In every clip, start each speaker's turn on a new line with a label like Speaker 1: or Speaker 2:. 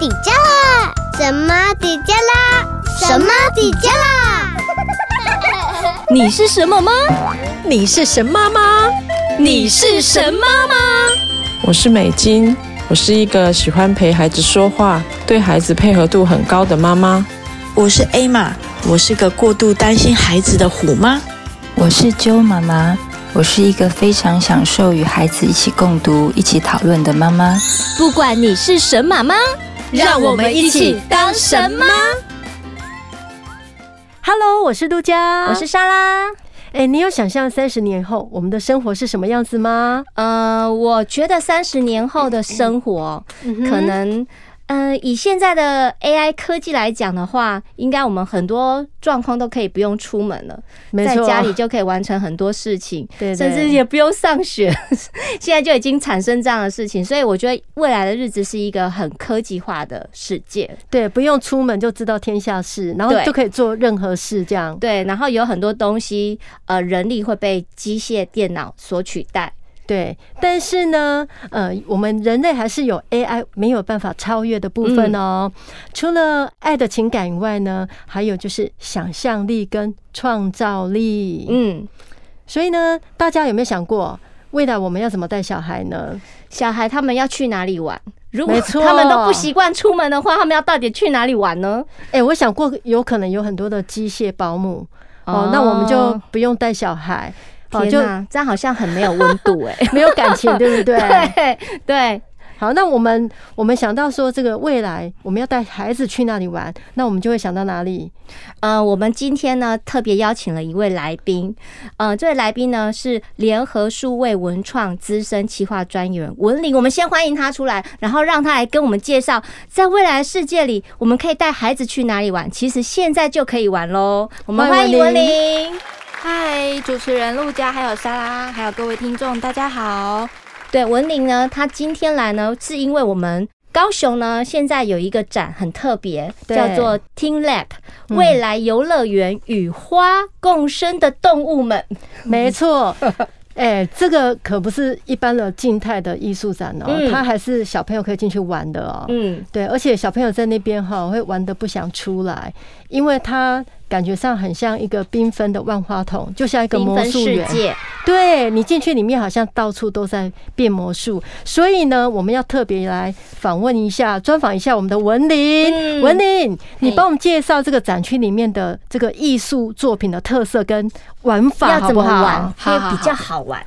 Speaker 1: 底加啦？什么底加啦？什么底加啦？
Speaker 2: 你是什么吗？你是神妈吗？你是神妈吗？
Speaker 3: 我是美金，我是一个喜欢陪孩子说话、对孩子配合度很高的妈妈。
Speaker 4: 我是 A 玛，我是个过度担心孩子的虎妈。
Speaker 5: 我是周妈妈，我是一个非常享受与孩子一起共读、一起讨论的妈妈。
Speaker 2: 不管你是神妈妈，让我们一起当神妈。
Speaker 6: Hello，我是杜佳，
Speaker 7: 我是。莎拉。
Speaker 6: 哎、你有想象三十年后我们的生活是什么样子吗？
Speaker 7: 呃，我觉得三十年后的生活，
Speaker 2: 嗯
Speaker 7: 可能，呃，以现在的 AI 科技来讲的话，应该我们很多状况都可以不用出门了，
Speaker 6: 没
Speaker 7: 在
Speaker 6: 错，
Speaker 7: 家里就可以完成很多事情，
Speaker 6: 对对
Speaker 7: 甚至也不用上学。 现在就已经产生这样的事情，所以我觉得未来的日子是一个很科技化的世界。
Speaker 6: 对，不用出门就知道天下事，然后
Speaker 7: 对
Speaker 6: 就可以做任何事，这样。
Speaker 7: 对，然后有很多东西，呃，人力会被机械、电脑所取代。
Speaker 6: 对，但是呢，呃，我们人类还是有 AI 没有办法超越的部分哦。
Speaker 7: 嗯
Speaker 6: 除了爱的情感以外呢，还有就是想象力跟创造力。嗯，
Speaker 7: 嗯，
Speaker 6: 所以呢，大家有没有想过，未来我们要怎么带小孩呢？
Speaker 7: 小孩他们要去哪里玩？如果
Speaker 6: 没错
Speaker 7: 他们都不习惯出门的话，他们要到底去哪里玩呢？
Speaker 6: 哎、我想过，有可能有很多的机械保姆哦，那我们就不用带小孩，哦，
Speaker 7: 天
Speaker 6: 就
Speaker 7: 哪，这样好像很没有温度 哎、
Speaker 6: 没有感情，对不对？
Speaker 7: 对对，
Speaker 6: 好，那我们我们想到说，这个未来我们要带孩子去那里玩，那我们就会想到 哪里？
Speaker 7: 呃，我们今天呢特别邀请了一位来宾，呃，这位来宾呢是联合数位文创资深企划专员文玲，我们先欢迎他出来，然后让他来跟我们介绍，在未来世界里，我们可以带孩子去哪里玩？其实现在就可以玩喽，我们
Speaker 6: 欢
Speaker 7: 欢
Speaker 6: 迎
Speaker 7: 迎
Speaker 6: 文
Speaker 7: 文
Speaker 6: 玲
Speaker 7: 玲。
Speaker 8: 嗨，主持人陆佳，还有莎拉，还有各位听众，大家好。
Speaker 7: 对，文玲呢，她今天来呢，是因为我们高雄呢现在有一个展很特别，
Speaker 6: 对
Speaker 7: 叫做 Teen Lab，
Speaker 6: 嗯
Speaker 7: 未来游乐园与花共生的动物们。
Speaker 6: 没错，哎、这个可不是一般的静态的艺术展哦，
Speaker 7: 嗯
Speaker 6: 它还是小朋友可以进去玩的哦。
Speaker 7: 嗯，
Speaker 6: 对，而且小朋友在那边哈、会玩的不想出来，因为它感觉上很像一个缤纷的万花筒，就像一个
Speaker 7: 缤
Speaker 6: 魔
Speaker 7: 纷
Speaker 6: 术
Speaker 7: 世
Speaker 6: 园。
Speaker 7: 界，
Speaker 6: 对你进去里面好像到处都在变魔术，所以呢，我们要特别来访问一下、专访一下我们的文林。
Speaker 7: 嗯
Speaker 6: 文林，你
Speaker 8: 嘿
Speaker 6: 帮我们介绍这个展区里面的这个艺术作品的特色跟玩法
Speaker 7: 要
Speaker 6: 好
Speaker 7: 怎
Speaker 6: 不
Speaker 7: 么
Speaker 6: 好？
Speaker 7: 玩？
Speaker 8: 好
Speaker 7: 因
Speaker 8: 好
Speaker 7: 为比较好玩。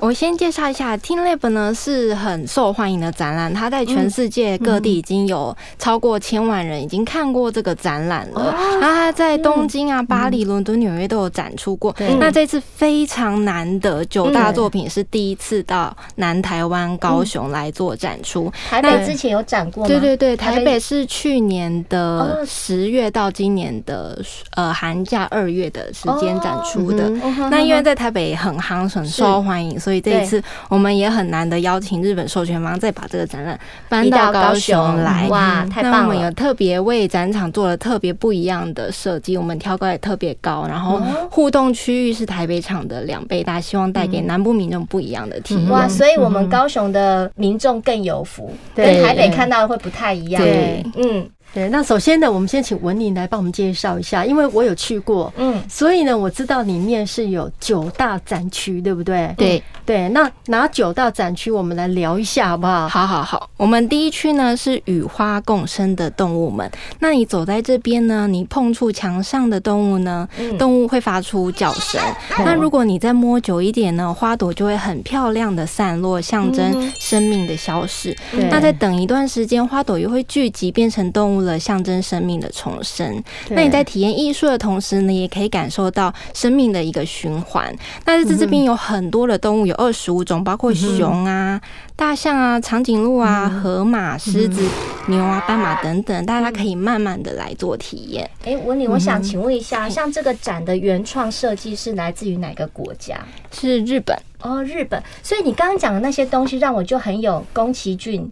Speaker 8: 我先介绍一下 t e e n Lab 呢是很受欢迎的展览，它在全世界各地已经有超过千万人已经看过这个展览了。
Speaker 6: 哦
Speaker 8: 然后它在东京啊、巴黎、伦敦、纽约都有展出过。
Speaker 6: 对
Speaker 8: 那这次非常难得，九大
Speaker 6: 嗯
Speaker 8: 作品是第一次到南台湾高雄来做展
Speaker 6: 嗯
Speaker 8: 出。
Speaker 7: 台北之前有展过吗？
Speaker 8: 对对对，
Speaker 7: 台
Speaker 8: 台
Speaker 7: 北
Speaker 8: 北是去年的
Speaker 7: 哦
Speaker 8: 十月到今年的呃寒假二月的时间展出的。
Speaker 7: 哦
Speaker 6: 嗯哼
Speaker 7: 嗯哼，
Speaker 8: 那因为在台北也很夯，很受欢迎，所以这一次我们也很难得邀请日本授权方再把这个展览搬
Speaker 7: 移
Speaker 8: 到
Speaker 7: 到
Speaker 8: 高
Speaker 7: 高
Speaker 8: 雄
Speaker 7: 雄
Speaker 8: 来。嗯
Speaker 7: 哇，太
Speaker 8: 那
Speaker 7: 棒
Speaker 8: 我们有
Speaker 7: 了！
Speaker 8: 特别为展场做了特别不一样的设计，我们挑高也特别高，然后
Speaker 7: 哦
Speaker 8: 互动区域是台北场的两倍大，希望带给南部民众不一样的体验。
Speaker 7: 嗯哇，所以我
Speaker 8: 嗯
Speaker 7: 们高雄的民众更有福，
Speaker 6: 对
Speaker 7: 跟台北看到的会不太一样。
Speaker 6: 对
Speaker 7: 嗯
Speaker 6: 对，那首先呢，我们先请文林来帮我们介绍一下，因为我有去过，
Speaker 7: 嗯，
Speaker 6: 所以呢，我知道里面是有九大展区，对不对？
Speaker 8: 对，
Speaker 6: 对，那哪九大展区，我们来聊一下好不好？
Speaker 8: 好好好，我们第一区呢是与花共生的动物们。那你走在这边呢，你碰触墙上的动物呢，
Speaker 7: 嗯
Speaker 8: 动物会发出叫声。那如果你再摸久一点呢，花朵就会很漂亮的散落，象征生命的消逝。
Speaker 6: 对
Speaker 8: 那再等一段时间，花朵又会聚集变成动物了，象征生命的重生。
Speaker 6: 对
Speaker 8: 那你在体验艺术的同时呢，也可以感受到生命的一个循环。那在这边有很多的
Speaker 6: 嗯
Speaker 8: 动物，有二十五种，包括熊啊、大象啊、长颈鹿
Speaker 6: 嗯
Speaker 8: 啊、河马、狮子、牛啊、斑马等等，大家可以慢慢的来做体验。
Speaker 7: 哎，文玲，我
Speaker 8: 嗯
Speaker 7: 想请问一下，像这个展的原创设计是来自于哪个国家？
Speaker 8: 是日本。
Speaker 7: 哦，日本。所以你刚刚讲的那些东西，让我就很有宫崎骏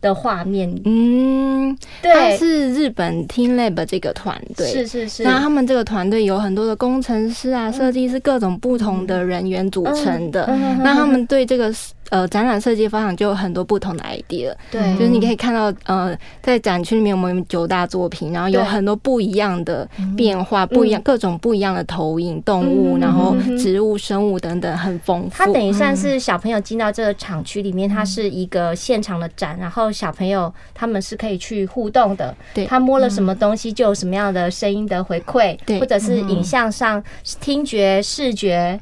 Speaker 7: 的画面。
Speaker 8: 嗯，他
Speaker 7: 对，
Speaker 8: 是日本 Team Lab 这个团队，
Speaker 7: 是是是，
Speaker 8: 那他们这个团队有很多的工程师啊、
Speaker 7: 嗯
Speaker 8: 设计师各种不同的人员组成的。
Speaker 7: 嗯
Speaker 8: 那他们对这个呃展览设计方向就有很多不同的 idea，
Speaker 7: 对
Speaker 8: 就是你可以看到呃在展区里面我们有九大作品，然后有
Speaker 7: 对
Speaker 8: 很多不一样的变化，不一样各种不一样的投影、动
Speaker 7: 嗯
Speaker 8: 物，然后植物、生物等等，很丰富。
Speaker 7: 它等于
Speaker 8: 嗯
Speaker 7: 算是小朋友进到这个厂区里面，它是一个现场的展，然后小朋友他们是可以去互动的。
Speaker 8: 对嗯
Speaker 7: 他摸了什么东西就有什么样的声音的回馈，
Speaker 8: 对嗯
Speaker 7: 或者是影像上听觉、视觉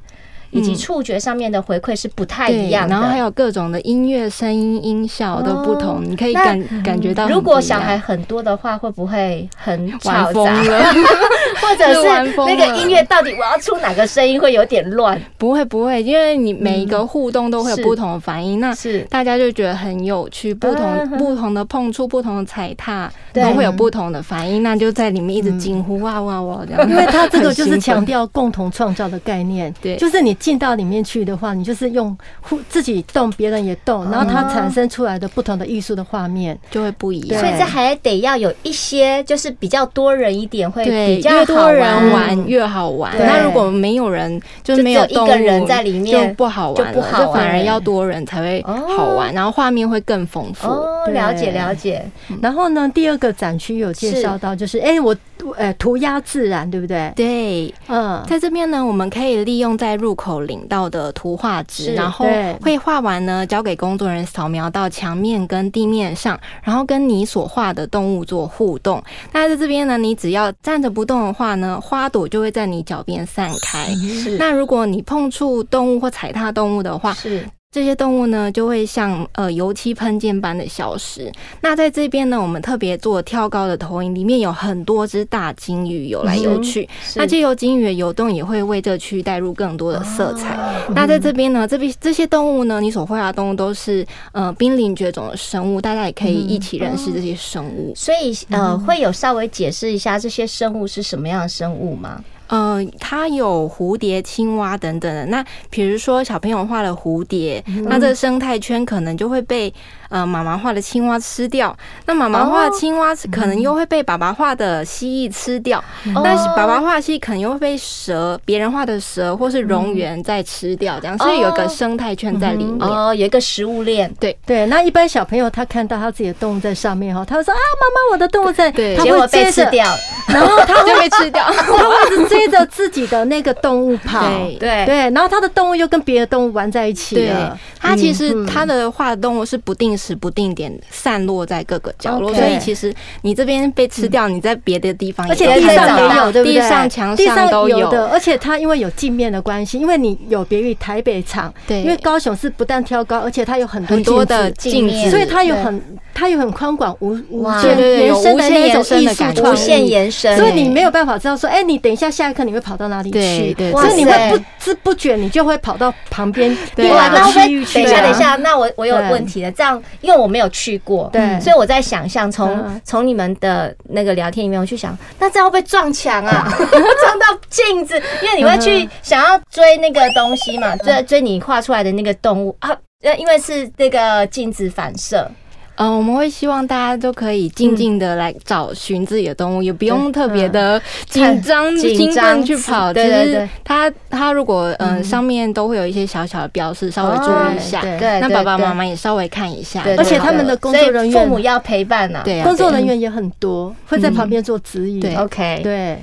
Speaker 7: 以及
Speaker 8: 嗯
Speaker 7: 触觉上面的回馈是不太
Speaker 8: 对，
Speaker 7: 一样的。
Speaker 8: 然后还有各种的音乐、声音、音效都不同，
Speaker 7: 哦
Speaker 8: 你可以
Speaker 7: 那
Speaker 8: 感感觉到很不一样。
Speaker 7: 如果小孩很多的话，会不会很
Speaker 8: 玩
Speaker 7: 吵
Speaker 8: 疯
Speaker 7: 杂？
Speaker 8: 了，
Speaker 7: 或者
Speaker 8: 又
Speaker 7: 是
Speaker 8: 玩疯
Speaker 7: 那
Speaker 8: 了
Speaker 7: 个音乐到底我要出哪个声音会有点乱？
Speaker 8: 不会不会，因为你每一个互动都会有
Speaker 7: 嗯是
Speaker 8: 不同的反应，那
Speaker 7: 是
Speaker 8: 大家就觉得很有趣，不
Speaker 7: 啊
Speaker 8: 同
Speaker 7: 哈
Speaker 8: 不同的碰触、不同的踩踏，
Speaker 7: 对嗯
Speaker 8: 都会有不同的反应，那就在里面一直惊呼哇哇哇这样，
Speaker 6: 因为它这个就是
Speaker 8: 很兴奋
Speaker 6: 强调共同创造的概念，
Speaker 8: 对
Speaker 6: 就是你进到里面去的话，你就是用互自己动，别人也
Speaker 8: 哦
Speaker 6: 动，然后它产生出来的不同的艺术的画面，
Speaker 8: 就会不一样
Speaker 7: 所。以这还得要有一些，就是比较多人一点会
Speaker 8: 对，
Speaker 7: 比较
Speaker 8: 越
Speaker 7: 好
Speaker 8: 多人
Speaker 7: 玩
Speaker 8: 玩越好玩。
Speaker 7: 对
Speaker 8: 那如果没有人，就是
Speaker 7: 就
Speaker 8: 没有
Speaker 7: 只有一
Speaker 8: 动
Speaker 7: 个
Speaker 8: 物
Speaker 7: 人在里面
Speaker 8: 就不好玩了，
Speaker 7: 就不好玩
Speaker 8: 就反而
Speaker 7: 了
Speaker 8: 要多人才会好玩，然后画面会更丰富。
Speaker 7: 哦，了解
Speaker 6: 对
Speaker 7: 了解，
Speaker 8: 嗯
Speaker 6: 然后呢，第二个展区有介绍到，就是哎、我呃涂鸦自然，对不对？
Speaker 8: 对，
Speaker 6: 嗯，
Speaker 8: 在这边呢，我们可以利用在入口领到的图画纸，
Speaker 7: 是
Speaker 8: 然后
Speaker 6: 对
Speaker 8: 绘画完呢，交给工作人员扫描到墙面跟地面上，然后跟你所画的动物做互动。那在这边呢，你只要站着不动的话呢，花朵就会在你脚边散开。
Speaker 7: 是
Speaker 8: 那如果你碰触动物或踩踏动物的话，
Speaker 7: 是
Speaker 8: 这些动物呢就会像呃油漆喷溅般的消失。那在这边呢，我们特别做跳高的投影，里面有很多只大金鱼游来游去。那借由金鱼的游动，也会为这区带入更多的色彩。那在这边呢，这边这些动物呢，你所绘画的动物都是呃濒临绝种的生物，大家也可以一起认识这些生物。
Speaker 7: 所以呃，会有稍微解释一下这些生物是什么样的生物吗？
Speaker 8: 呃，它有蝴蝶、青蛙等等的。那比如说小朋友画的蝴蝶，
Speaker 6: 嗯
Speaker 8: 那这个生态圈可能就会被呃妈妈画的青蛙吃掉。那妈妈画的青蛙可能又会被爸爸画的蜥蜴吃掉。
Speaker 6: 嗯
Speaker 8: 那
Speaker 7: 哦
Speaker 8: 爸爸画的蜥蜴可能又会被蛇，别人画的蛇或是蝾螈再吃掉，这样。所以有一个生态圈在里
Speaker 6: 嗯
Speaker 8: 面。
Speaker 7: 哦，有一个食物链，
Speaker 6: 对。那一般小朋友他看到他自己的动物在上面哈，他会说啊，妈妈，我的动物在，
Speaker 8: 对
Speaker 6: 他
Speaker 7: 结
Speaker 6: 会
Speaker 7: 果被
Speaker 6: 接
Speaker 7: 吃
Speaker 6: 着，
Speaker 7: 掉，
Speaker 6: 然后他
Speaker 8: 就被 吃掉，
Speaker 6: 他会一直追着自己的那个动物跑，
Speaker 8: 对
Speaker 7: 对
Speaker 6: 对，然后他的动物又跟别的动物玩在一起
Speaker 8: 对
Speaker 6: 了，，
Speaker 8: 它其
Speaker 6: 嗯
Speaker 8: 实它的画的动物是不定时、不定点散落在各个角落，
Speaker 6: OK
Speaker 8: 所以其实你这边被吃掉，你在别的地方也
Speaker 6: 而且
Speaker 8: 可以
Speaker 6: 地
Speaker 8: 找
Speaker 6: 上
Speaker 8: 到
Speaker 6: 也有，对不对？
Speaker 8: 地上、墙
Speaker 6: 地上
Speaker 8: 都
Speaker 6: 有的，而且它因为有镜面的关系，因为你有别于台北场，
Speaker 8: 对
Speaker 6: 因为高雄是不但挑高，而且它有很多
Speaker 8: 很多的
Speaker 6: 镜
Speaker 8: 镜
Speaker 7: 镜
Speaker 8: 子，
Speaker 7: 面
Speaker 6: 子，所以它有很它有很宽广无无
Speaker 7: 哇
Speaker 6: 限
Speaker 8: 对对对有
Speaker 6: 延伸
Speaker 8: 无
Speaker 6: 的
Speaker 8: 限
Speaker 6: 那
Speaker 8: 延
Speaker 6: 种
Speaker 8: 伸
Speaker 6: 艺
Speaker 8: 的
Speaker 6: 术
Speaker 8: 感觉
Speaker 6: 创
Speaker 7: 无
Speaker 6: 意
Speaker 7: 限延伸，
Speaker 6: 所以你没有办法知道说，哎，你等一下下一刻你会跑到哪里
Speaker 8: 对
Speaker 6: 去？
Speaker 8: 对
Speaker 6: 所以你
Speaker 7: 哇塞
Speaker 6: 会不知不觉你就会跑到旁边
Speaker 8: 对
Speaker 6: 另外一
Speaker 7: 啊那
Speaker 6: 个
Speaker 7: 会
Speaker 6: 啊区域
Speaker 7: 等
Speaker 6: 去
Speaker 7: 一
Speaker 6: 了。
Speaker 7: 下，等一下，那我我有
Speaker 6: 对
Speaker 7: 问题了。这样，因为我没有去过，嗯
Speaker 6: 对
Speaker 7: 所以我在想象，从
Speaker 6: 嗯
Speaker 7: 从你们的那个聊天里面，我去想，那这样会不会撞墙啊？ 撞到镜子？因为你会
Speaker 6: 嗯
Speaker 7: 去想要追那个东西嘛，追追你画出来的那个动物啊。呃，因为是那个镜子反射，
Speaker 8: 嗯，我们会希望大家都可以静静
Speaker 6: 嗯
Speaker 8: 的来找寻自己的动物，也不用特别的
Speaker 6: 嗯
Speaker 8: 紧张、
Speaker 7: 紧
Speaker 8: 兴
Speaker 7: 张
Speaker 8: 奋去跑。
Speaker 7: 对
Speaker 8: 其
Speaker 7: 对
Speaker 8: 实
Speaker 7: 对
Speaker 8: 它它如果嗯上面都会有一些小小的标示，稍微注意一下。
Speaker 6: 哦对
Speaker 7: 对，
Speaker 8: 那
Speaker 7: 对
Speaker 8: 爸爸
Speaker 7: 对
Speaker 8: 妈妈也稍微看一下，
Speaker 7: 对，
Speaker 6: 而
Speaker 7: 对
Speaker 6: 且他们的
Speaker 7: 对
Speaker 6: 工作
Speaker 7: 所以
Speaker 6: 人员
Speaker 7: 父母要陪伴呐。
Speaker 8: 对啊
Speaker 6: 工作人员也很多，会在旁边做指引。
Speaker 8: 嗯对
Speaker 7: ，OK，
Speaker 6: 对，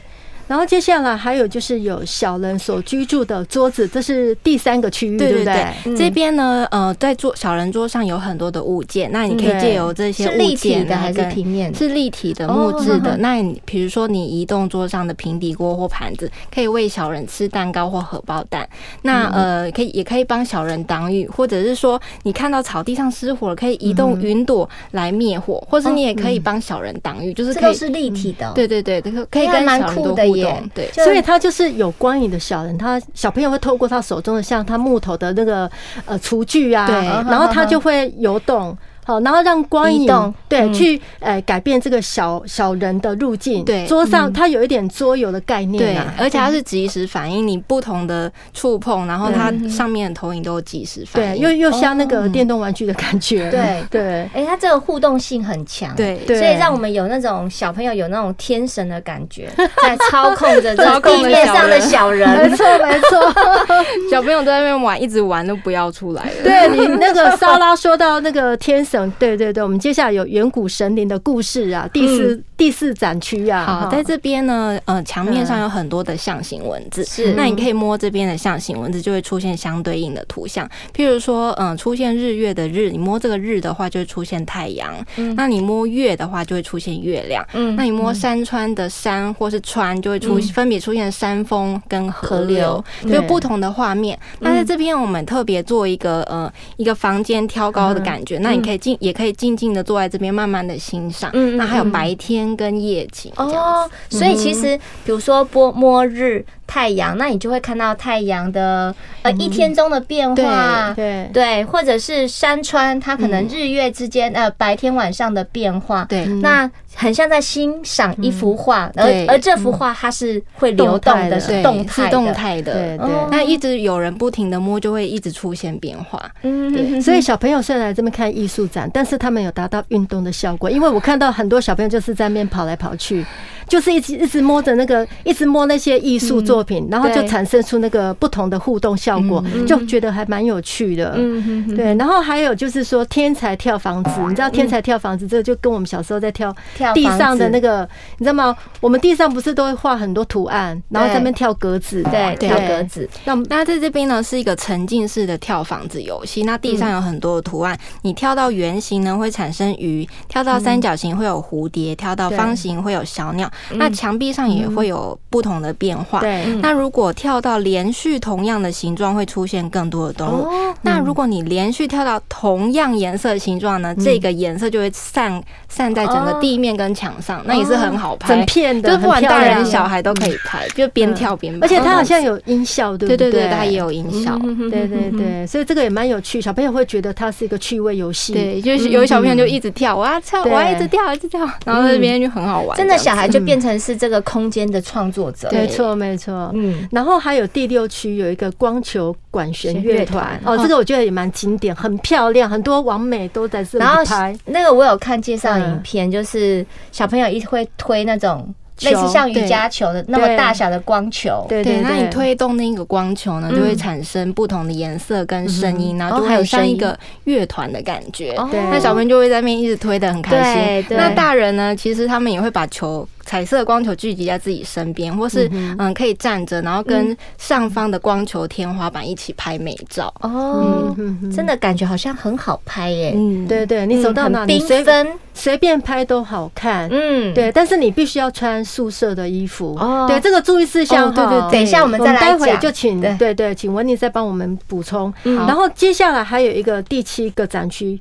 Speaker 6: 然后接下来还有就是有小人所居住的桌子，这是第三个区域，
Speaker 8: 嗯对
Speaker 6: 不
Speaker 8: 对
Speaker 6: 对？
Speaker 8: 对，
Speaker 7: 嗯
Speaker 8: 这边呢，呃，在桌小人桌上有很多的物件，那你可以
Speaker 6: 嗯
Speaker 8: 借由这些
Speaker 7: 是
Speaker 8: 物
Speaker 7: 立体
Speaker 8: 件
Speaker 7: 的
Speaker 6: 啊
Speaker 8: 来
Speaker 7: 还是
Speaker 8: 跟
Speaker 7: 平嗯面的？
Speaker 8: 是立体的、
Speaker 6: 哦
Speaker 8: 木质的
Speaker 6: 呵。
Speaker 8: 那你比如说，你移动桌上的平底锅或盘子，可以喂小人吃蛋糕或荷包蛋。
Speaker 7: 嗯
Speaker 8: 那呃，可以也可以帮小人挡雨，或者是说，你看到草地上失火了，可以移
Speaker 7: 嗯
Speaker 8: 动云朵来灭火，或是你也可以帮小人挡雨，就是
Speaker 7: 哦这
Speaker 8: 可
Speaker 7: 都
Speaker 8: 以
Speaker 7: 是立体的哦，
Speaker 8: 对对对，这个可以
Speaker 7: 哎
Speaker 8: 跟
Speaker 7: 还蛮
Speaker 8: 小人
Speaker 7: 酷
Speaker 8: 多
Speaker 7: 的
Speaker 8: 互
Speaker 7: 耶
Speaker 8: 动。对，
Speaker 7: 就
Speaker 6: 嗯所以他就是有光影的小人，他小朋友会透过他手中的像他木头的那个呃厨具啊，
Speaker 8: 对
Speaker 6: 然后他就会游动。好，然后让光
Speaker 7: 移
Speaker 6: 影
Speaker 7: 动
Speaker 6: 对
Speaker 7: 嗯
Speaker 6: 去呃改变这个小小人的路径。
Speaker 8: 对
Speaker 6: 桌上它有一点桌游的概
Speaker 8: 对
Speaker 6: 念啊，，
Speaker 8: 而且它是即时反应，你不同的触碰，然后它上面的投影都有即时
Speaker 6: 嗯
Speaker 8: 反
Speaker 6: 对，
Speaker 8: 应。
Speaker 6: 又又像那个电动玩具的感觉。
Speaker 7: 对
Speaker 6: 对
Speaker 7: 哎、它这个互动性很强，，
Speaker 8: 对
Speaker 6: 对，
Speaker 7: 所以让我们有那种小朋友有那种天神的感觉，在操控着这
Speaker 8: 操控
Speaker 7: 地
Speaker 8: 着
Speaker 7: 面上的小
Speaker 6: 没
Speaker 7: 人。
Speaker 6: 错没错。
Speaker 8: 小朋友在那边玩，一直玩都不要出来了。
Speaker 6: 对你那个莎拉说到那个天神，对对对，我们接下来有远古神灵的故事啊，第四、
Speaker 7: 嗯
Speaker 6: 第四展区啊，
Speaker 8: 好，
Speaker 6: 哈
Speaker 8: 在这边呢，呃，墙面上有很多的象形文字，
Speaker 7: 嗯是
Speaker 8: 那你可以摸这边的象形文字，就会出现相对应的图像。譬如说，嗯、出现日月的日，你摸这个日的话，就会出现太阳；那你摸月的话，就会出现月亮；
Speaker 7: 嗯
Speaker 8: 那你摸山川的山或是川，就会出、分别出现山峰跟河流，
Speaker 6: 流
Speaker 8: 就
Speaker 6: 对
Speaker 8: 不同的画面。
Speaker 7: 嗯
Speaker 8: 那在这边，我们特别做一个呃一个房间挑
Speaker 7: 嗯
Speaker 8: 高的感觉，那你可以静，也可以静静的坐在这边，慢慢的欣赏。
Speaker 7: 嗯嗯
Speaker 8: 那还有
Speaker 7: 嗯
Speaker 8: 白天跟夜景这样
Speaker 7: 哦，所以其实比如说摸摸日太阳，那你就会看到太阳的呃一天中的变化，
Speaker 6: 对
Speaker 7: 对，或者是山川，它可能日月之间、呃白天晚上的变化，
Speaker 8: 对
Speaker 7: 那很像在欣赏一幅画，
Speaker 8: 对
Speaker 7: 而而这幅画它是会流
Speaker 6: 动
Speaker 7: 动
Speaker 6: 态
Speaker 7: 的，
Speaker 6: 的
Speaker 7: 是
Speaker 8: 对，
Speaker 7: 动
Speaker 8: 是
Speaker 7: 态
Speaker 8: 动
Speaker 7: 的，
Speaker 8: 态
Speaker 6: 对
Speaker 8: 的。嗯
Speaker 7: 哦
Speaker 6: 对。
Speaker 8: 那一直有人不停的摸，就会一直出现变化。
Speaker 7: 嗯
Speaker 8: 对
Speaker 7: 哼哼
Speaker 6: 所以小朋友虽然来这边看艺术展，但是他们有达到运动的效果，因为我看到很多小朋友就是在那边跑来跑去，就是一直一直摸着那个，一直摸那些艺术作品，然后就
Speaker 7: 对
Speaker 6: 产生出那个不同的互动效果，就觉得还蛮有趣的。
Speaker 7: 嗯哼哼
Speaker 6: 对，然后还有就是说天才跳房子，你知道天才跳房子，这就跟我们小时候在跳
Speaker 7: 跳
Speaker 6: 地
Speaker 7: 房
Speaker 6: 上的
Speaker 7: 子
Speaker 6: 那个，你知道吗？我们地上不是都会画很多图案，然后在那边跳格子，
Speaker 7: 对
Speaker 6: 对
Speaker 7: 跳格子，
Speaker 6: 那我们
Speaker 8: 那在这边呢是一个沉浸式的跳房子游戏，那地上有很多的图案，你跳到圆形呢会产生鱼，跳到三角形会有蝴蝶，跳到方形会有小鸟，
Speaker 6: 嗯
Speaker 8: 那墙壁上也会有不同的变化。
Speaker 6: 对
Speaker 8: 那如果跳到连续同样的形状，会出现更多的动物。
Speaker 7: 哦
Speaker 8: 那
Speaker 6: 嗯
Speaker 8: 如果你连续跳到同样颜色的形状呢，
Speaker 6: 嗯
Speaker 8: 这个颜色就会散散在整个地面跟墙上，那也是很好拍，
Speaker 6: 哦整片的，
Speaker 8: 就是不管
Speaker 6: 很漂
Speaker 8: 大人
Speaker 6: 亮哦嗯
Speaker 8: 小孩都可以拍，就边跳边拍。
Speaker 6: 而且它好像有音效，对不
Speaker 8: 对
Speaker 6: 对嗯
Speaker 8: 对对，它也。有音效。
Speaker 6: 对对对，所以这个也蛮有趣，小朋友会觉得它是一个趣味游戏。
Speaker 8: 对，就是
Speaker 6: 嗯
Speaker 8: 有小朋友就一直跳，我要跳，我要一直跳，一直跳，然后那边就很好玩。
Speaker 7: 真的
Speaker 8: 这样
Speaker 7: 小孩就变成是这个空间的创作者，
Speaker 6: 没错没错。
Speaker 7: 嗯，
Speaker 6: 然后还有第六区有一个光球管弦
Speaker 7: 弦
Speaker 6: 乐团
Speaker 7: 乐团
Speaker 6: 哦，这个我觉得也蛮经典，很漂亮，很多网美都在这里
Speaker 7: 然后
Speaker 6: 拍。
Speaker 7: 那个我有看介绍
Speaker 6: 嗯
Speaker 7: 影片，就是小朋友一会推那种类似
Speaker 6: 球
Speaker 7: 像瑜
Speaker 8: 对
Speaker 7: 伽球的那么大小的光球，
Speaker 6: 对
Speaker 8: 对，
Speaker 6: 对，
Speaker 8: 那你
Speaker 6: 对嗯
Speaker 8: 推动那个光球呢，就会产生不同的颜色跟声音，然后就
Speaker 7: 哦还
Speaker 8: 会
Speaker 7: 有
Speaker 8: 很像
Speaker 7: 声音
Speaker 8: 一个乐团的感觉。
Speaker 7: 哦
Speaker 6: 对
Speaker 8: 那小朋友就会在那边一直推的很开
Speaker 7: 对对
Speaker 8: 心。那大人呢，其实他们也会把球彩色的光球聚集在自己身边，或是嗯可以站着，然后跟上方的光球天花板一起拍美照。
Speaker 7: 哦，
Speaker 6: 嗯嗯
Speaker 7: 真的感觉好像很好拍耶，
Speaker 8: 嗯，
Speaker 6: 对对，你走到
Speaker 7: 很
Speaker 6: 哪里随
Speaker 7: 缤纷，
Speaker 6: 随便拍都好看。
Speaker 7: 嗯，
Speaker 6: 对，但是你必须要穿宿舍的衣服。
Speaker 7: 哦
Speaker 6: 对，这个注意事项
Speaker 8: 哦对
Speaker 6: 哈。
Speaker 8: 对对
Speaker 7: 等一下我们再来
Speaker 6: 待会
Speaker 7: 讲
Speaker 6: 就请
Speaker 7: 对
Speaker 6: 对对，请文妮再帮我们补充。
Speaker 7: 嗯好
Speaker 6: 然后接下来还有一个第七个展区，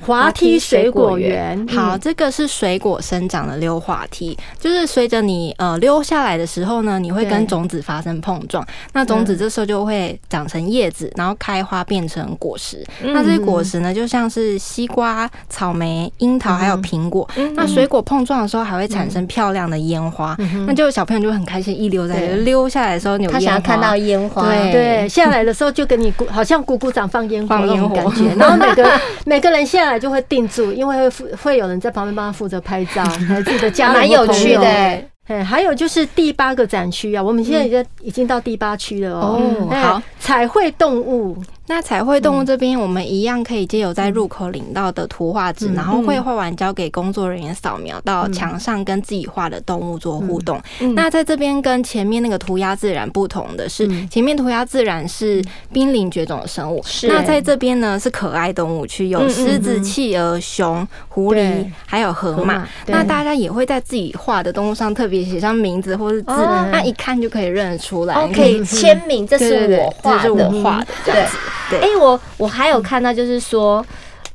Speaker 6: 滑
Speaker 7: 滑
Speaker 6: 梯
Speaker 7: 梯
Speaker 6: 水
Speaker 7: 水
Speaker 6: 果
Speaker 7: 果园
Speaker 6: 园。
Speaker 8: 好，这个是水果生长的溜滑梯，就是随着你呃溜下来的时候呢，你会
Speaker 6: 对
Speaker 8: 跟种子发生碰撞，那种
Speaker 7: 嗯
Speaker 8: 子这时候就会长成叶子，然后开花变成果实。
Speaker 7: 嗯
Speaker 8: 那这些果实呢，就像是西瓜、草莓、樱
Speaker 7: 嗯
Speaker 8: 桃还有苹果。那水果碰撞的时候还会产生漂亮的烟花，那就小朋友就会很开心，一溜在
Speaker 6: 对
Speaker 8: 溜下来的时候，你有
Speaker 7: 嗯他想要
Speaker 8: 烟花
Speaker 7: 看到烟花，
Speaker 8: 对
Speaker 6: 嗯对，下来的时候就跟你鼓，好像鼓鼓掌放烟火
Speaker 8: 放
Speaker 6: 那
Speaker 8: 烟
Speaker 6: 种
Speaker 8: 火
Speaker 6: 感觉。 然后每个每个人下来就会定住，因为会负会有人在旁边帮他负责拍照，还有自己的家人
Speaker 7: 蛮
Speaker 6: 或
Speaker 7: 有
Speaker 6: 朋
Speaker 7: 趣
Speaker 6: 友
Speaker 7: 的耶，
Speaker 6: 哎，还有就是第八个展区啊，我们现在已经已经到第八区了哦。
Speaker 7: 嗯
Speaker 8: 哦
Speaker 6: 哎
Speaker 8: 好，
Speaker 6: 彩绘动物，
Speaker 8: 那彩绘动物这边，我们一样可以借由在入口领到的图画纸，然后绘画完交给工作人员扫描到墙上，跟自己画的动物做互动。那在这边跟前面那个涂鸦自然不同的是，前面涂鸦自然是濒临绝种的生物，
Speaker 7: 是
Speaker 8: 那在这边呢是可爱动物区，有狮子、企鹅、熊、狐狸
Speaker 6: 对，
Speaker 8: 还有河
Speaker 6: 河马
Speaker 8: 马。
Speaker 6: 对
Speaker 8: 那大家也会在自己画的动物上特别写上名字或是字，
Speaker 7: 哦
Speaker 8: 那一看就可以认得出来。
Speaker 7: 哦，可以签名，这
Speaker 8: 嗯对，
Speaker 7: 是
Speaker 8: 对对
Speaker 7: 我画
Speaker 8: 这是
Speaker 7: 的
Speaker 8: 我，画的，这
Speaker 7: 对
Speaker 8: 样子。对
Speaker 7: 哎，我我还有看到就是说。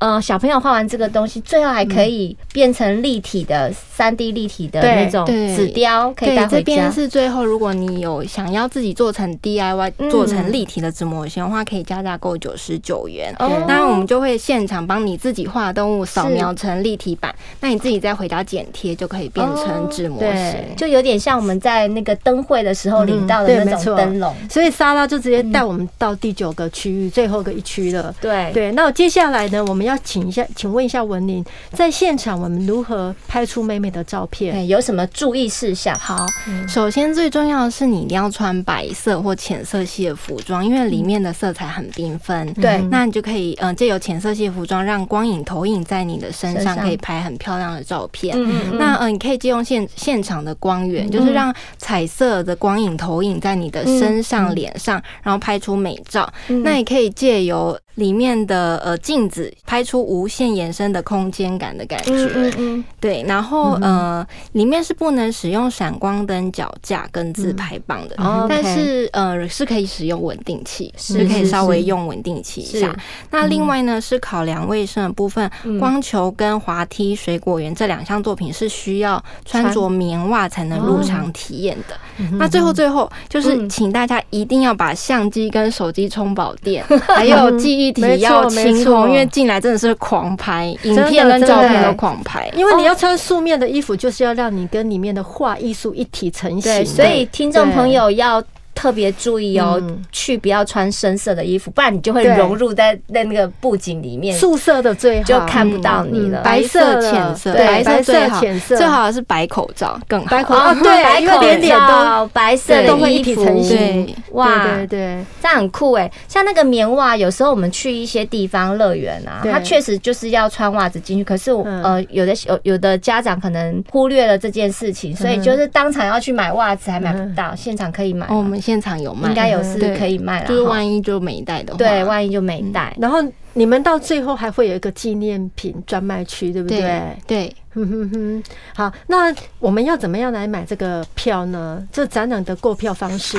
Speaker 7: 呃，小朋友画完这个东西，最后还可以变成立体的三 D 立体的
Speaker 6: 对
Speaker 7: 那种
Speaker 8: 对
Speaker 7: 纸雕，可以带
Speaker 8: 对，这
Speaker 7: 回
Speaker 8: 边
Speaker 7: 家。
Speaker 8: 是最后，如果你有想要自己做成 DIY、
Speaker 7: 嗯
Speaker 8: 做成立体的纸模型的话，可以加价购九十九元。
Speaker 7: 哦
Speaker 8: 那我们就会现场帮你自己画的动物扫描成立体版，那你自己再回家剪贴就可以变成纸模
Speaker 7: 哦
Speaker 8: 型。
Speaker 7: 就有点像我们在那个灯会的时候领到的
Speaker 6: 嗯对
Speaker 7: 那
Speaker 6: 没错
Speaker 7: 种灯笼。
Speaker 6: 所以莎拉就直接带我们到第九个区域，最后一个一区了。
Speaker 7: 嗯对，
Speaker 6: 对，那接下来呢，我们要请一下，请问一下文玲，在现场我们如何拍出美美的照片？
Speaker 7: 对有什么注意事项？
Speaker 8: 好，
Speaker 7: 嗯
Speaker 8: 首先最重要的是你一定要穿白色或浅色系的服装，因为里面的色彩很缤纷。
Speaker 7: 对
Speaker 8: 那你就可以，嗯、借由浅色系的服装，让光影投影在你的身
Speaker 7: 身
Speaker 8: 上，
Speaker 7: 上
Speaker 8: 可以拍很漂亮的照片。
Speaker 7: 嗯
Speaker 8: 那嗯，呃你可以借用现现场的光源，就是让彩色的光影投影在你的
Speaker 7: 嗯
Speaker 8: 身上、脸上，然后拍出美照。那也可以借由里面的呃镜子，拍出无限延伸的空间感的感觉。
Speaker 7: 嗯
Speaker 8: 对，然后呃，里面是不能使用闪光灯、脚架跟
Speaker 6: 嗯
Speaker 8: 自拍棒的，
Speaker 7: 哦
Speaker 8: 但
Speaker 7: OK
Speaker 8: 是呃是可以使用稳定器，
Speaker 7: 是
Speaker 8: 可以
Speaker 7: 是
Speaker 8: 稍微
Speaker 7: 是
Speaker 8: 用稳定器一
Speaker 7: 是
Speaker 8: 下。那另外呢是考量卫生的部分，
Speaker 6: 嗯
Speaker 8: 光球跟滑梯水果园这两项作品是需要穿着棉袜才能入场体验的。那最后最后就是，
Speaker 7: 嗯
Speaker 8: 请大家一定要把相机跟手机充饱 电，还有记忆体
Speaker 6: 没错
Speaker 8: 要清
Speaker 6: 没错
Speaker 8: 空，因为进来真的是狂拍，影
Speaker 6: 的
Speaker 8: 片跟
Speaker 6: 真的
Speaker 8: 照片都狂拍。
Speaker 6: 因为你要穿素面的衣服，就是要让你跟里面的画艺术一体成型。
Speaker 7: 对，所以听众朋友要。特别注意哦，
Speaker 6: 嗯
Speaker 7: 去不要穿深色的衣服，不然你就会
Speaker 6: 对
Speaker 7: 融入在在那个布景里面，
Speaker 6: 素色的最好，
Speaker 7: 就看不到你
Speaker 6: 嗯
Speaker 7: 了。
Speaker 8: 白色、
Speaker 6: 白色
Speaker 8: 浅色，
Speaker 6: 对
Speaker 8: 色最
Speaker 6: 白色
Speaker 8: 好，
Speaker 6: 浅色
Speaker 8: 最好的是白口罩更好。
Speaker 6: 白口罩
Speaker 7: 哦，
Speaker 6: 啊 对
Speaker 7: 白
Speaker 6: 因为
Speaker 7: 口
Speaker 6: 连脸都
Speaker 7: 罩、白色的
Speaker 6: 都会一体
Speaker 7: 衣服，
Speaker 6: 成型
Speaker 8: 对
Speaker 7: 哇，
Speaker 6: 对对对，
Speaker 7: 这样很酷哎、像那个棉袜，有时候我们去一些地方乐园啊，
Speaker 6: 对
Speaker 7: 它确实就是要穿袜子进去。可是我、
Speaker 6: 嗯
Speaker 7: 呃，有的有有的家长可能忽略了这件事情，所以
Speaker 6: 嗯
Speaker 7: 就是当场要去买袜子还买不到，现场可以买吗，啊
Speaker 8: 哦，我们现场有卖，嗯
Speaker 7: 应该有是
Speaker 6: 嗯
Speaker 8: 对
Speaker 7: 可以卖了，
Speaker 8: 就是
Speaker 7: 哈
Speaker 8: 万一就没带的话，
Speaker 7: 对，万一就没带。
Speaker 6: 然后你们到最后还会有一个纪念品专卖区，对不
Speaker 8: 对
Speaker 6: 对？
Speaker 8: 对，
Speaker 6: 哼哼哼， 好，那我们要怎么样来买这个票呢？这展览的购票方式，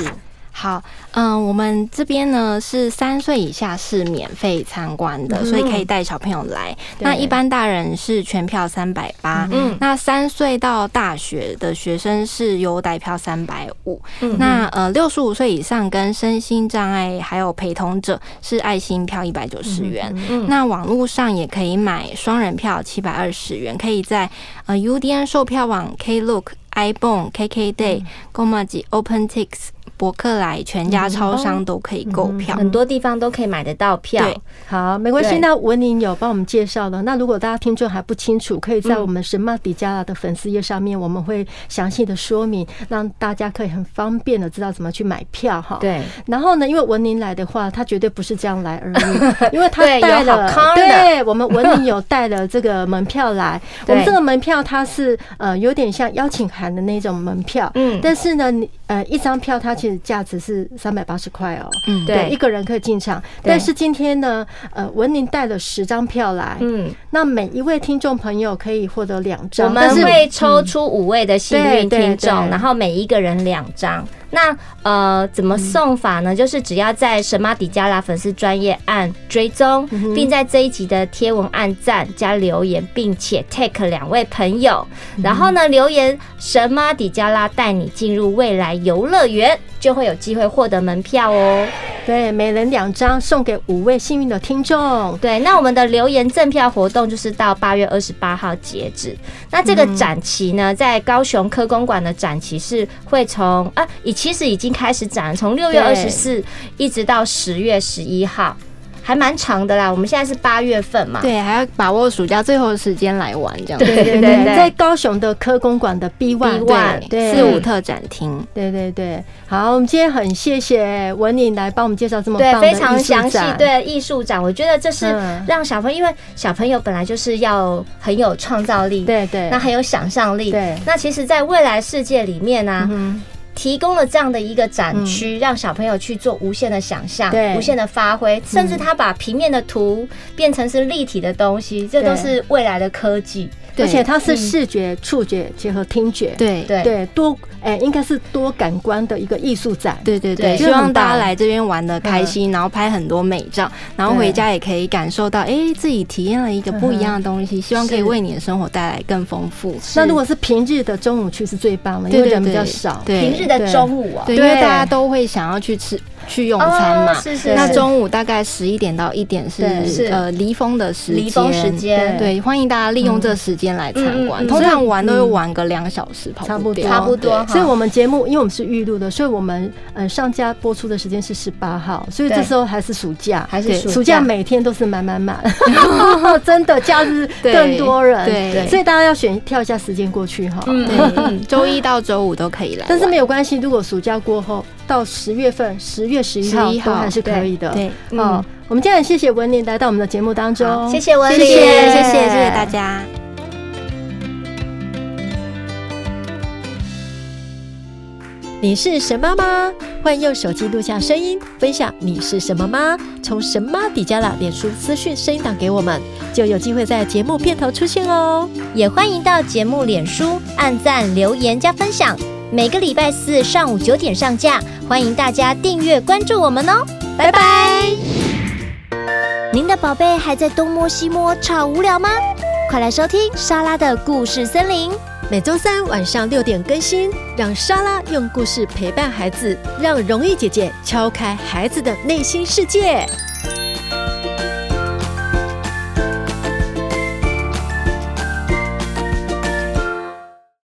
Speaker 8: 好，嗯，我们这边呢是三岁以下是免费参观的，所以可以带小朋友来。
Speaker 6: 对
Speaker 8: 那一般大人是全票三百八，
Speaker 7: 嗯
Speaker 8: 那三岁到大学的学生是优待票三百五。那呃，六十五岁以上跟身心障碍还有陪同者是爱心票一百九十元。那网络上也可以买双人票七百二十元，可以在呃 UDN 售票网、Klook、iBon、KKday、GoMaji、OpenTix、博客来、全家超商都可以购票。
Speaker 7: 很多地方都可以买得到票，
Speaker 8: 对
Speaker 6: 好，没关系。
Speaker 7: 对
Speaker 6: 那文宁有帮我们介绍了。那如果大家听众还不清楚，可以在我们神马迪加拉的粉丝页上面，我们会详细的说明，让大家可以很方便的知道怎么去买票哈。。
Speaker 7: 对
Speaker 6: 然后呢，因为文宁来的话，他绝对不是这样来而 已，因为他
Speaker 7: 对有
Speaker 6: 带了
Speaker 7: 好康，的
Speaker 6: 对我们文宁有带了这个门票 来。我们
Speaker 7: 对
Speaker 6: 这个门票它是呃有点像邀请函的那种门票，
Speaker 7: 嗯
Speaker 6: 但是呢，你呃一张票它其实价值是三百八十块哦，
Speaker 8: 嗯
Speaker 6: 对，
Speaker 7: 对，
Speaker 6: 一个人可以进场。
Speaker 7: 对
Speaker 6: 但是今天呢，呃，文宁带了十张票来，
Speaker 7: 嗯，
Speaker 6: 那每一位听众朋友可以获得两
Speaker 7: 我
Speaker 6: 张，
Speaker 7: 们嗯
Speaker 6: 但是
Speaker 7: 会抽出五位的幸运
Speaker 6: 对对
Speaker 7: 听众，
Speaker 6: 对
Speaker 7: 然后每一个人两张。那呃，怎么送法呢？就是只要在神马迪加拉粉丝专业按追踪，并在这一集的贴文按赞加留言，并且 take 两位朋友，然后呢留言神马迪加拉带你进入未来游乐园，就会有机会获得门票哦。
Speaker 6: 对每人两张送给五位幸运的听众。
Speaker 7: 对，那我们的留言赠票活动就是到八月二十八号截止。那这
Speaker 6: 嗯
Speaker 7: 个展期呢，在高雄科工馆的展期是会从啊，已其实已经开始展了，从六月二十四一直到十月十一号，还蛮长的啦。我们现在是八月份嘛，
Speaker 8: 对，还要把握暑假最后的时间来玩，这样
Speaker 7: 对对对对
Speaker 6: 在高雄的科公馆的 B One，
Speaker 7: B1
Speaker 6: 对
Speaker 8: 四五特展厅。
Speaker 6: 对对对，好，我们今天很谢谢文宁来帮我们介绍这么
Speaker 7: 对
Speaker 6: 棒的
Speaker 7: 非常
Speaker 6: 艺术
Speaker 7: 详细
Speaker 6: 展，
Speaker 7: 对艺术展，我觉得这是
Speaker 6: 嗯
Speaker 7: 让小朋友，因为小朋友本来就是要很有创造力，
Speaker 6: 对对，
Speaker 7: 那很有想象力。
Speaker 6: 对
Speaker 7: 那其实，在未来世界里面
Speaker 8: 嗯
Speaker 7: 呢、提供了这样的一个展区，让小朋友去做无限的想象
Speaker 6: 对、
Speaker 7: 无限的发挥，
Speaker 8: 嗯
Speaker 7: 甚至他把平面的图变成是立体的东西，这都是未来的科技。
Speaker 6: 而且它是
Speaker 8: 嗯
Speaker 6: 视觉、触觉结合听觉，
Speaker 8: 对
Speaker 7: 嗯对
Speaker 6: 对，多哎，应该是多感官的一个艺术展。
Speaker 8: 对对
Speaker 7: 对
Speaker 8: 对，希
Speaker 6: 就很
Speaker 8: 望大家嗯
Speaker 6: 棒
Speaker 8: 来这边玩的开心，然后拍很多美照，然后回家也可以感受到，哎，自己体验了一个不一样的东西，希望可以为你的生活带来更丰富。
Speaker 6: 那如果是平日的中午去是最棒的，因
Speaker 8: 对
Speaker 6: 为
Speaker 8: 对
Speaker 6: 人比较
Speaker 8: 对
Speaker 6: 少。
Speaker 8: 对
Speaker 7: 平日的中午啊，
Speaker 8: 对，啊因为大家都会想要去吃去用餐嘛
Speaker 7: 哦，是是
Speaker 8: 那
Speaker 7: 是
Speaker 8: 中午大概十一点到一点
Speaker 6: 对
Speaker 7: 是
Speaker 8: 是呃离峰的时间，
Speaker 7: 离峰时间
Speaker 8: 对，欢迎大家利用这时间来参观。
Speaker 7: 嗯嗯嗯
Speaker 8: 通常玩都会玩个两小时，跑
Speaker 6: 差不
Speaker 8: 掉
Speaker 6: 多
Speaker 7: 差不多哈。
Speaker 6: 所以，我们节目因为我们是预录的，所以我们呃上架播出的时间是十八号，所以
Speaker 7: 对
Speaker 6: 这时候还是暑假，
Speaker 7: 还是
Speaker 6: 对
Speaker 7: 暑假
Speaker 6: 暑假每天都是满 满满，真的假日
Speaker 8: 对
Speaker 6: 更多人，
Speaker 8: 对对
Speaker 6: 所以大家要选跳一下时间过去哈。
Speaker 7: 嗯
Speaker 8: 对，周一到周五都可以来玩，
Speaker 6: 但是没有关系，如果暑假过后到十月份，十月十一号
Speaker 8: 11
Speaker 6: 都还是可以的。
Speaker 8: 对，
Speaker 2: 嗯
Speaker 6: 哦，我们今天很谢谢文林来到我们的节目当中，
Speaker 7: 谢谢文丽，
Speaker 8: 谢谢谢谢谢谢大家。
Speaker 2: 你是神妈吗？欢迎用手机录下声音，分享你是什么妈？从神妈底加拉脸书私讯声音档给我们，就有机会在节目片头出现哦。
Speaker 7: 也欢迎到节目脸书按赞、留言、加分享。每个礼拜四上午九点上架，欢迎大家订阅关注我们哦，拜拜。您的宝贝还在东摸西摸，吵无聊吗？快来收听莎拉的故事森林。
Speaker 2: 每周三晚上六点更新，让莎拉用故事陪伴孩子，让容易姐姐敲开孩子的内心世界。